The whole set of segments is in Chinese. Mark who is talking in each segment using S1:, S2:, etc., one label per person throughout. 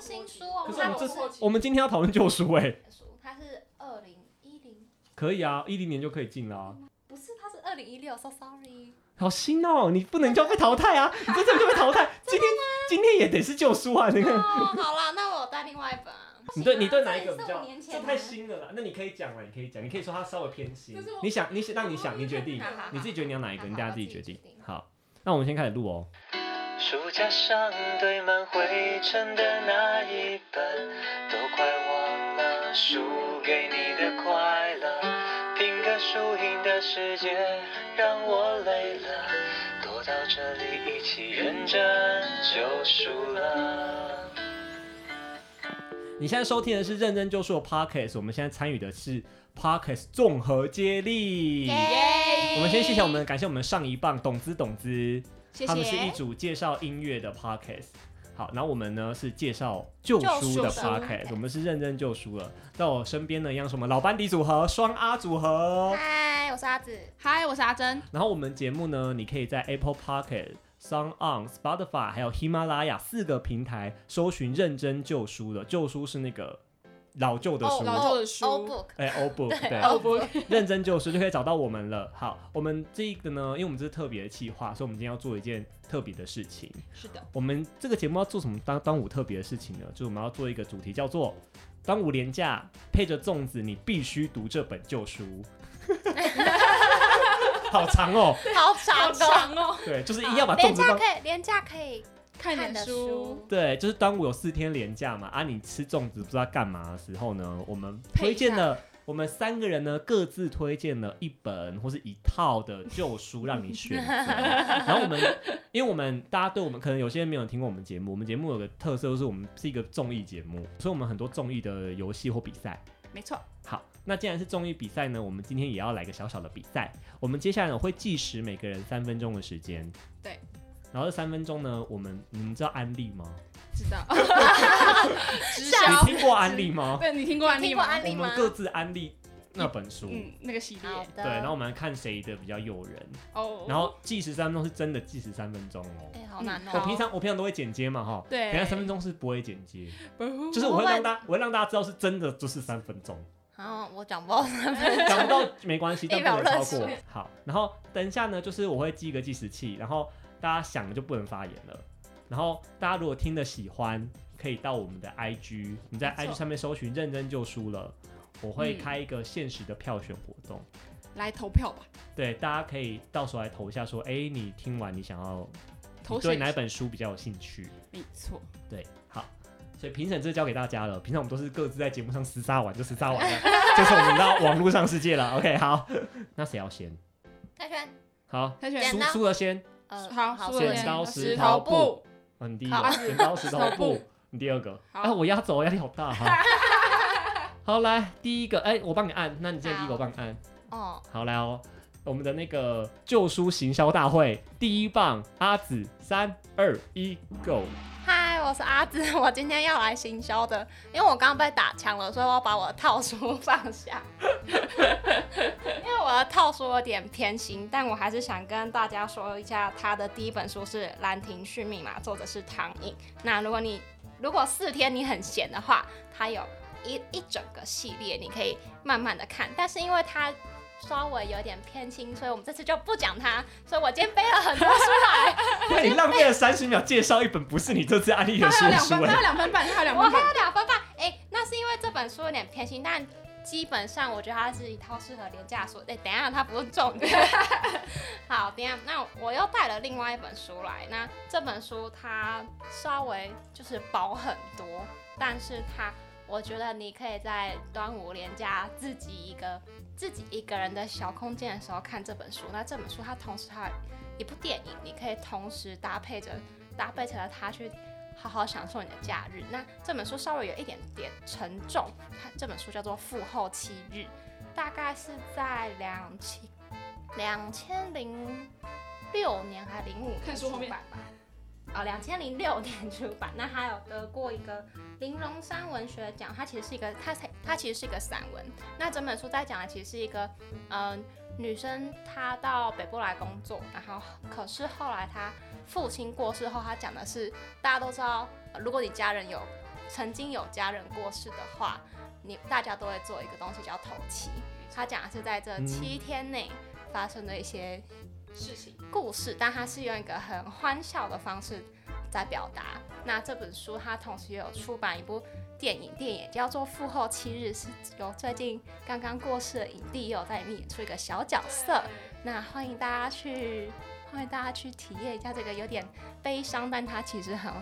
S1: 新书哦，
S2: 可是
S1: 它
S2: 我们这
S1: 不是
S2: 我们今天要讨论旧书哎、
S1: 书，它是二零一零，
S2: 可以啊，一零年就可以进啦、
S1: 不是，它是二零一六，so sorry。
S2: 好新哦，你不能就被淘汰 啊，你这种就被淘汰。今天今天也得是旧书啊，那
S1: 哦，
S2: 个。
S1: 好啦，那我带另外一本啊。
S2: 你对
S1: 不行啊
S2: 你对哪一
S1: 这
S2: 个比
S1: 也是
S2: 较
S1: 五？年
S2: 这
S1: 前
S2: 太
S1: 啊
S2: 新了啦，那你可以讲了，你可以讲，你可以说它稍微偏新
S3: 可是我。
S2: 你想，你想，让你
S3: 我
S2: 想，
S3: 没
S2: 你决
S3: 看
S2: 定
S3: 过，
S1: 好好
S2: 你自己决定要哪一个，
S1: 好
S2: 你大家自己决定
S1: 好我自己决。定
S2: 好，那我们先开始录哦。
S4: 书架上堆满灰尘的那一本，都快忘了输给你的快乐。拼个输赢的世界让我累了，躲到这里一起认真就输了。
S2: 你现在收听的是《认真就说》Podcast，我们现在参与的是 Podcast 综合接力。
S1: 耶
S2: 我们先谢谢我们，感谢我们上一棒董子董子，
S3: 谢
S2: 他们是一
S3: 谢。
S2: 组介绍音乐的 podcast。好，然后我们呢是介绍旧书的
S3: 旧书
S2: podcast，
S1: 对
S2: 我们是认真旧书了。到我身边呢，一样是我们老班底组合、双阿组合。
S1: 嗨，我是阿紫。
S3: 嗨，我是阿珍。
S2: 然后我们节目呢，你可以在 Apple Pocket、Sound On、Spotify 还有喜马拉雅四个平台搜寻“认真旧书”的，旧书是那个哦老旧的书，
S3: 老旧的书
S1: o book，
S2: 哎，old book 对，
S3: 哦不，
S2: 认真旧书就可以找到我们了。好，我们这个呢，因为我们这是特别的企划，所以我们今天要做一件特别的事情。
S3: 是的，
S2: 我们这个节目要做什么端端午特别的事情呢？就是我们要做一个主题叫做“端午连假配着粽子，你必须读这本旧书”， 好长哦。
S1: 好
S3: 好
S1: 长哦。
S3: 长哦。
S2: 对，就是 一定要把粽
S1: 廉
S2: 子
S1: 价
S2: 当
S1: 可以，廉价可以
S3: 看
S1: 看
S3: 点
S1: 的
S3: 书，
S1: 书，
S2: 对，就是端午有四天连假嘛，啊，你吃粽子不知道干嘛的时候呢，我们
S3: 配
S2: 推
S3: 一
S2: 荐
S3: 下
S2: 了。我们三个人呢，各自推荐了一本或是一套的旧书让 你选择。然后我们，因为我们大家对我们可能有些人没有听过我们节目，我们节目有个特色就是我们是一个综艺节目，所以我们很多综艺的游戏或比赛。
S3: 没错。
S2: 好，那既然是综艺比赛呢，我们今天也要来个小小的比赛。我们接下来呢会计时每个人三分钟的时间。
S3: 对。
S2: 然后这三分钟呢，我们你们知道安利吗？
S3: 知道。直
S1: 好
S2: 你听过安利吗？
S3: 对，你听过安利
S1: 听过
S3: 吗？
S1: 安
S2: 我
S1: 利吗
S2: 们？各自安利那本书，
S3: 嗯，那个系
S1: 好
S3: 列。
S1: 的。
S2: 对，然后我们看谁的比较诱人。
S3: 哦。
S2: 然后计时三分钟是真的计时三分钟哦。
S1: 哎，好难
S2: 我
S1: 哦。
S3: 好
S2: 平常我平常都会剪接嘛哈，
S3: 对
S2: 等一下三分钟是不会剪接，
S3: 不
S2: 就是我会让大我会让大家知道是真的就是三分钟，
S1: 然后我讲不到三分
S2: 讲不到没 关系，但
S1: 一
S2: 不
S1: 秒
S2: 能超
S1: 热
S2: 过
S1: 水。
S2: 好，然后等一下呢，就是我会记一个计时器，然后大家想了就不能发言了。然后大家如果听的喜欢，可以到我们的 IG，你在
S3: 没
S2: IG
S3: 错
S2: 上面搜寻“认真就输了”，我会
S3: 嗯
S2: 开一个限时的票选活动。
S3: 来投票吧，
S2: 对，大家可以到时候来投一下，说，哎、你听完你想要
S3: 投
S2: 你对
S3: 谁？
S2: 哪本书比较有兴趣？
S3: 没错。
S2: 对，好，所以评审这交给大家了。平常我们都是各自在节目上厮杀完就厮杀完 了，这是我们到网络上世界了。OK，好，那谁要先？
S1: 泰轩，
S2: 好，
S3: 他选
S1: 剪
S2: 输
S1: 刀
S2: 输了先，
S1: 呃，
S3: 好，
S1: 我
S3: 输了
S2: 剪
S1: 先
S2: 刀
S3: 先
S2: 石
S3: 石
S2: 头
S3: 头
S2: 布
S3: 布。
S2: 嗯，你第一
S1: 好
S2: 个剪刀石头
S3: 石头
S2: 布
S3: 布，
S2: 你第二个。
S3: 好
S2: 哎，我压轴，压力好大 哈。好，来第一个，哎，我帮你按，那你现在第一
S1: 好
S2: 个我帮你按。
S1: 哦，
S2: 好，来哦，我们的那个旧书行销大会第一棒，阿紫，三二一，Go！
S1: 嗨，我是阿紫， 我今天要来行销的，因为我刚刚被打枪了，所以我要把我的套书放下， 因为我的套书有点偏心，但我还是想跟大家说一下，他的第一本书是《兰亭序密码》，作者是唐寅。那如果你如果四天你很闲的话，它有一一整个系列，你可以慢慢的看，但是因为它。稍微有点偏心，所以我们这次就不讲它。所以我今天背了很多书来，
S2: 那你浪费了三十秒介绍一本不是你这次案例的
S3: 他
S2: 书
S3: 还有两
S2: 书
S3: 分，他还
S2: 哎
S3: 有。两分半，他还有两
S1: 我
S3: 分
S1: 还有
S3: 半。
S1: 两分半，哎、那是因为这本书有点偏心，但基本上我觉得它是一套适合廉价书。哎、等一下它不是 重点。好，等一下，那我又带了另外一本书来，那这本书它稍微就是薄很多，但是它我觉得你可以在端午连假自己一个自己一个人的小空间的时候看这本书。那这本书它同时还有一部电影，你可以同时搭配着搭配着它去好好享受你的假日。那这本书稍微有一点点沉重，它这本书叫做《复后七日》，大概是在两千两千零六年还零五
S3: 看
S1: 年
S3: 书
S1: 出
S3: 后
S1: 版
S3: 面
S1: 吧。哦，两千零六年出版，那还有得过一个玲珑山文学奖，它其实是一个，它才它其实是一个散文。那整本书在讲的其实是一个，嗯、女生她到北部来工作，然后可是后来她父亲过世后，她讲的是大家都知道，呃如果你家人有曾经有家人过世的话，你大家都会做一个东西叫头七。他讲的是在这七天内发生的一些
S3: 事情
S1: 故事，但他是用一个很欢笑的方式在表达。那这本书它同时也有出版一部电影，电影叫做《父后七日》，是由最近刚刚过世的影帝也有在里面演出一个小角色。那欢迎大家去，欢迎大家去体验一下这个有点悲伤，但它其实很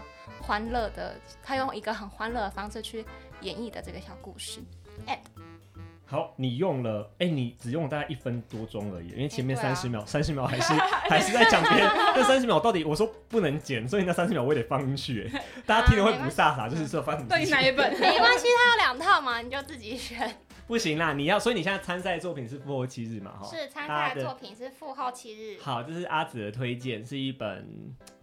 S1: 欢乐的，他用一个很欢乐的方式去演绎的这个小故事。
S2: 好，你用了，哎、你只用了大概一分多钟而已，因为前面
S1: 哎对啊
S2: 三十秒，三十、秒还是还是在讲别人，那三十秒到底我说不能剪，所以那三十秒我也得放进去， 哎大家听了会不飒
S1: 啊
S2: 飒，就是说发生什
S3: 到
S2: 么
S3: 底
S2: 事
S3: 哪
S2: 情？
S3: 一本？
S1: 没关系，它有两套嘛，你就自己选。
S2: 不行啦，你要，所以你现在参赛作品是《复活七日》嘛，哈，
S1: 是参
S2: 大家
S1: 赛
S2: 的
S1: 的作品是《父后七日》。
S2: 好，这是阿紫的推荐，是一本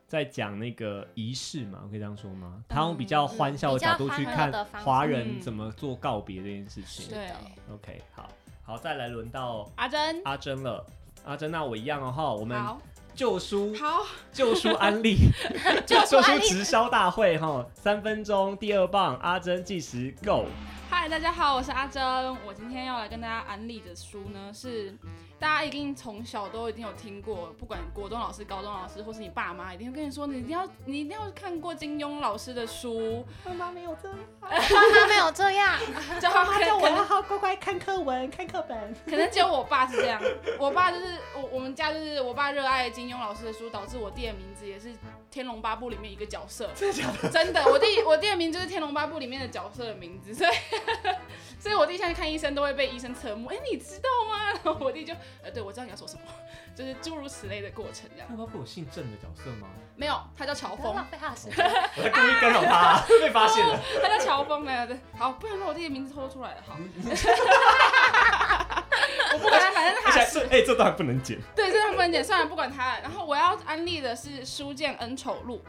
S2: 在讲那个仪式嘛，我可以这样说
S1: 嗯
S2: 吗？他用比较欢笑的角度去看
S1: 比较欢乐的方式
S2: 华人怎么做告别这件事情。
S1: 是的
S2: OK，好，好，再来轮到
S3: 阿珍，
S2: 阿珍了。阿珍，那我一样哦哈，我们
S3: 好，
S2: 旧书
S3: 好，
S2: 旧书安 利 旧
S1: 书
S2: 书
S1: 安利
S2: 直销大会哈，三分钟第二棒，阿珍计时 Go。
S3: 嗨，大家好，我是阿珍。我今天要来跟大家安利的书呢，是大家一定从小都一定有听过，不管国中老师、高中老师，或是你爸妈，一定会跟你说，你一定要，你一定要看过金庸老师的书，
S2: 妈妈没有这样，
S1: 他没有这样，
S3: 叫他可可能
S2: 好乖乖看课文、看课本。
S3: 可能只有我爸是这样，我爸就是我我们家就是我爸热爱金庸老师的书，导致我弟的名字也是《天龙八部》里面一个角色。真的我弟我弟的名字就是《天龙八部》里面的角色的名字，所以 所以我弟现在看医生都会被医生侧目，哎、你知道吗？然后我弟就呃，对我知道你要说什么，就是诸如此类的过程这样。
S2: 那包不有姓郑的角色吗？
S3: 没有，他叫乔
S1: 不要
S3: 峰
S1: 浪，费他的时间。
S2: 我在故意干扰他，
S3: 啊
S2: 被发 现了。 哎
S3: 他叫乔峰，没有对，好，不然把我弟的名字偷出来了，好，我不管他，反正
S2: 而
S3: 他
S2: 且
S3: 的
S2: 还这哎、这段不能剪。
S3: 对，这段观点算了，不管它了。然后我要安利的是《书剑恩仇录》，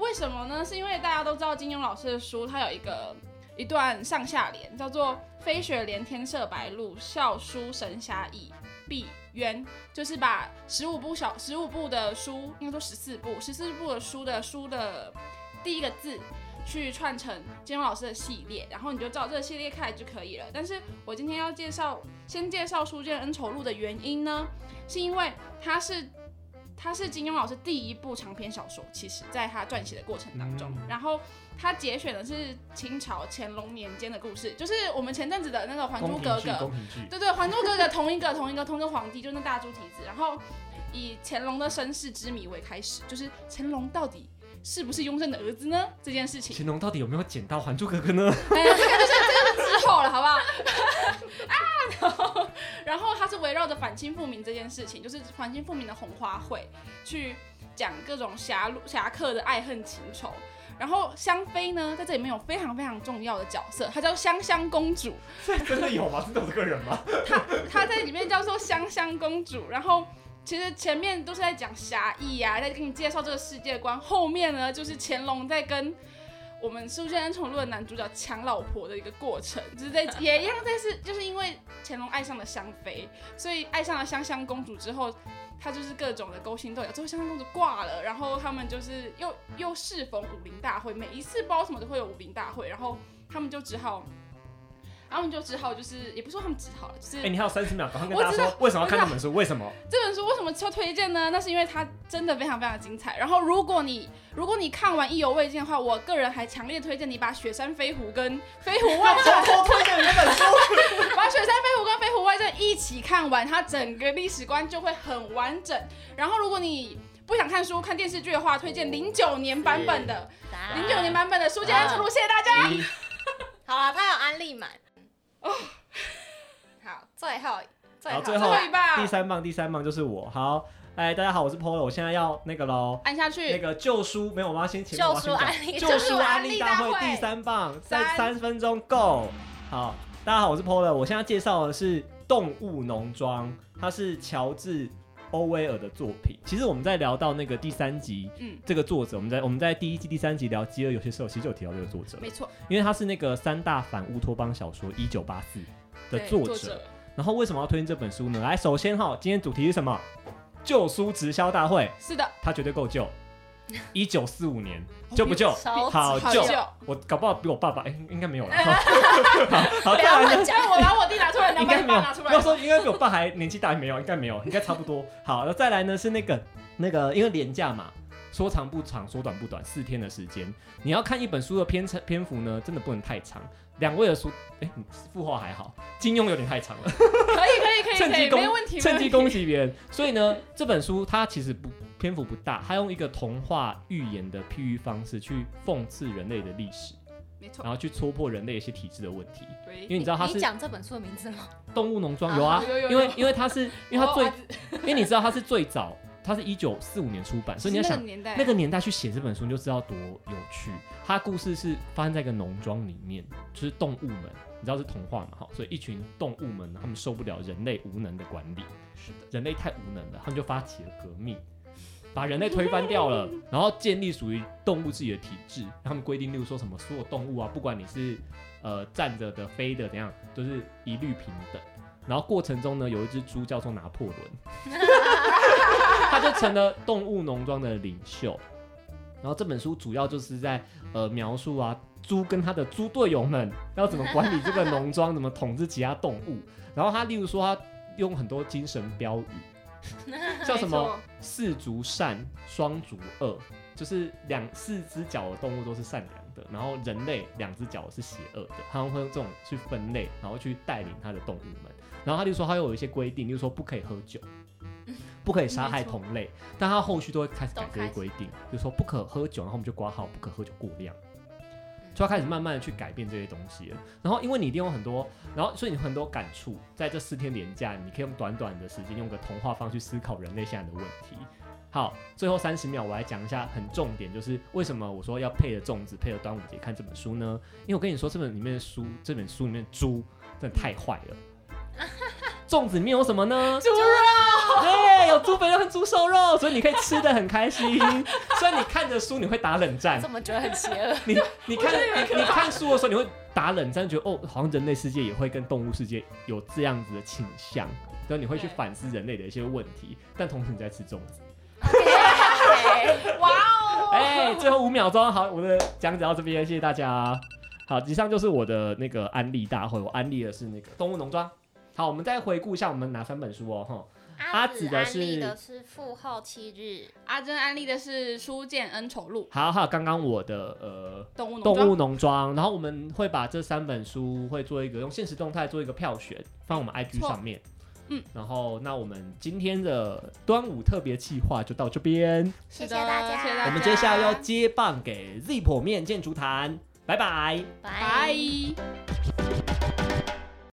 S3: 为什么呢？是因为大家都知道金庸老师的书，它有一个一段上下联，叫做“飞雪连天射白鹿，笑书神侠倚碧鸳”，就是把十五部小十五部的书，应该说十四部，十四部的书的书的第一个字。去串成金庸老师的系列，然后你就照这个系列看就可以了。但是我今天要介绍，先介绍《书剑恩仇录》的原因呢，是因为它是它是金庸老师第一部长篇小说，其实在他撰写的过程当中，
S2: 嗯
S3: 然后他节选的是清朝乾隆年间的故事，就是我们前阵子的那个《还珠
S2: 宫
S3: 格格
S2: 廷剧，》，宫廷剧。
S3: 对对，《还珠格格》同一个同一个同一个皇帝，就那大猪蹄子，然后以乾隆的身世之谜为开始，就是乾隆到底是不是雍正的儿子呢？这件事情。
S2: 乾隆到底有没有剪到《还珠格格》呢？
S3: 哎呀，这个就是这个就之后了，好不好？啊，然后然后它是围绕着反清复明这件事情，就是反清复明的红花会去讲各种侠路侠客的爱恨情仇。然后香妃呢，在这里面有非常非常重要的角色，她叫香香公主。
S2: 真的有吗？真的有这个人吗？
S3: 她在里面叫做香香公主，然后其实前面都是在讲侠义呀、在给你介绍这个世界观，后面呢就是乾隆在跟我们《书剑恩仇录》的男主角抢老婆的一个过程，就是在也一样，但是就是因为乾隆爱上了香妃，所以爱上了香香公主之后。他就是各种的勾心斗角，最后香香公主挂了，然后他们就是又又适逢武林大会，每一次不知道为什么都会有武林大会，然后他们就只好，他们就只好就是也不是说他们只好，就是
S2: 哎、你还有三十秒，赶快跟
S3: 我
S2: 大家
S3: 知道
S2: 说为什么要看这本书？为什么？
S3: 这本书为什么要推荐呢？那是因为它真的非常非常精彩。然后，如果你如果你看完意犹未尽的话，我个人还强烈推荐你把《雪山飞狐》跟《飞狐外传》
S2: 偷推荐原本书。
S3: 把《雪山飞狐》跟《飞狐外传》一起看完，它整个历史观就会很完整。然后，如果你不想看书看电视剧的话，推荐零九年版本的零九年版本的《书剑恩仇录》，谢谢大
S2: 啊
S3: 家。
S1: 好了，他有安利满。好，最后最
S2: 好，
S1: 后
S2: 最
S3: 最
S2: 后啊
S3: 后一棒
S2: 第三棒，第三棒就是我。好，哎，大家好，我是 Polo，我现在要那个喽。
S3: 按下
S2: 那
S3: 去，
S2: 个旧书没有，我要先前面
S1: 旧书
S2: 我要先讲
S1: 安利
S2: 旧
S1: 旧
S2: 书
S1: 书
S2: 安
S1: 安
S2: 利
S1: 利
S2: 大
S1: 大
S2: 会
S1: 会
S2: 第三棒，在
S3: 三
S2: 三分钟 Go。好，大家好，我是 Polo，我现在介绍的是《动物农庄》，它是乔治·欧威尔的作品。其实我们在聊到那个第三集，
S3: 嗯
S2: 这个作者，我们在我们在第一季第三集聊《饥饿游戏》的时候，其实就有提到这个作者，
S3: 没错，
S2: 因为他是那个三大反乌托邦小说《一九八四》的
S3: 对
S2: 作
S3: 作
S2: 者。然后为什么要推荐这本书呢？来，首先哈，今天主题是什么？旧书直销大会，
S3: 是的，
S2: 它绝对够旧。一九四五年
S3: 哦
S2: 救不救？
S1: 手指
S3: 好
S2: 好救
S3: 救！
S2: 我搞不好比我爸爸，哎、应该没有了。好，好，
S1: 不
S2: 再
S1: 要
S2: 来呢？
S1: 乱讲。
S3: 哎，我把我弟拿出来，然 后
S2: 应
S3: 把
S2: 该
S3: 你
S2: 没
S3: 爸
S2: 有
S3: 拿出，来
S2: 那。时候应该比我爸还年纪大，没有，应该没有，应该差不 多。好，那再来呢是那个那个，因为廉价嘛，说长不长，说短不短，四天的时间，你要看一本书的篇程篇幅呢，真的不能太长。两位的书，哎、你副话还好，金庸有点太长了，
S3: 可以可以可以
S2: 趁
S3: 可
S2: 机
S3: 以，
S2: 攻
S3: 没问题，
S2: 趁机
S3: 没问
S2: 攻
S3: 题。
S2: 击别人。所 以呢，这本书它其实不篇幅不大，它用一个童话寓言的譬喻方式去讽刺人类的 历史，
S3: 没错
S2: 然，后去戳破人类一些体制的问题。因为
S3: 对，哦
S2: 你知道它是
S1: 你讲这本书的名字了吗？
S2: 动物农庄
S1: 啊
S2: 有啊，
S3: 有有有
S2: 因为因为它是因为它
S3: 哦
S2: 最
S3: 啊
S2: 因为你知道它是最早，它是一九四五年出版，所以你要
S3: 是那
S2: 想
S3: 个年代，
S2: 那个年代去写这本书，你就知道多有趣。它故事是发生在一个农庄里面，就是动物们，你知道是童话嘛，哈，所以一群动物们他们受不了人类无能的管理，
S3: 是的，
S2: 人类太无能了，他们就发起了革命， 把人类推翻掉了，然后建立属于动物自己的体制。他们规定，例如说什么所有动物啊，不管你是呃站着的、飞的怎样，都、是一律平等。然后过程中呢，有一只猪叫做拿破仑，他就成了动物农庄的领袖。然后这本书主要就是在呃描述啊，猪跟他的猪队友们要怎么管理这个农庄，怎么统治其他动物。然后他例如说他用很多精神标语，像什么四足善、双足恶，就是两四只脚的动物都是善良的，然后人类两只脚是邪恶的，他们会用这种去分类，然后去带领他的动物们。然后他就说，他有一些规定，例如说不可以喝 酒，不可以杀害
S3: 没错
S2: 同类，但他后续都会开始
S1: 都
S2: 改这些
S1: 开始
S2: 规定，比如说不可喝酒，然后我们就挂号不可喝酒过量，就要开始慢慢的去改变这些东西了。然后因为你一定有很多，然后所以你很多感触，在这四天连假，你可以用短短的时间，用个童话方去思考人类现在的问题。好，最后三十秒，我来讲一下很重点，就是为什么我说要配着粽子，配着端午节看这本书呢？因为我跟你说，这本里面的书，这本书里面的猪真的太坏 了。粽子里面有什么呢？
S3: 猪肉
S2: 对，有猪肥肉跟猪瘦肉，所以你可以吃的很开心。虽然你看着书你会打冷战
S1: 怎，么觉得很邪恶？
S2: 你你看你你看书的时候你会打冷战，觉得哦，好像人类世界也会跟动物世界有这样子的倾向，然后你会去
S3: 对
S2: 反思人类的一些问题，但同时你在吃粽子。
S3: 哇哦，
S2: 哎、最后五秒钟，好，我的讲解到这边，谢谢大家。好，以上就是我的那个安利大会，我安利的是那个动物农庄。好，我们再回顾一下我们哪三本书哦，哈。阿紫的
S1: 安
S2: 是
S1: 利的是父后七日，
S3: 阿珍安利的是《初见恩仇录
S2: 好，还有刚刚我的呃》，
S3: 动物农
S2: 动物
S3: 庄，
S2: 农庄，然后我们会把这三本书会做一个用现实动态做一个票选，放我们 IG
S3: 错
S2: 上面。
S3: 嗯，
S2: 然后那我们今天的端午特别企划就到这边，
S1: 谢
S3: 是的
S1: 谢大家，
S3: 谢谢大
S2: 我
S3: 家
S2: 们接下来要接棒给 Zippo 面建筑坛，拜拜。
S1: 拜
S3: 拜。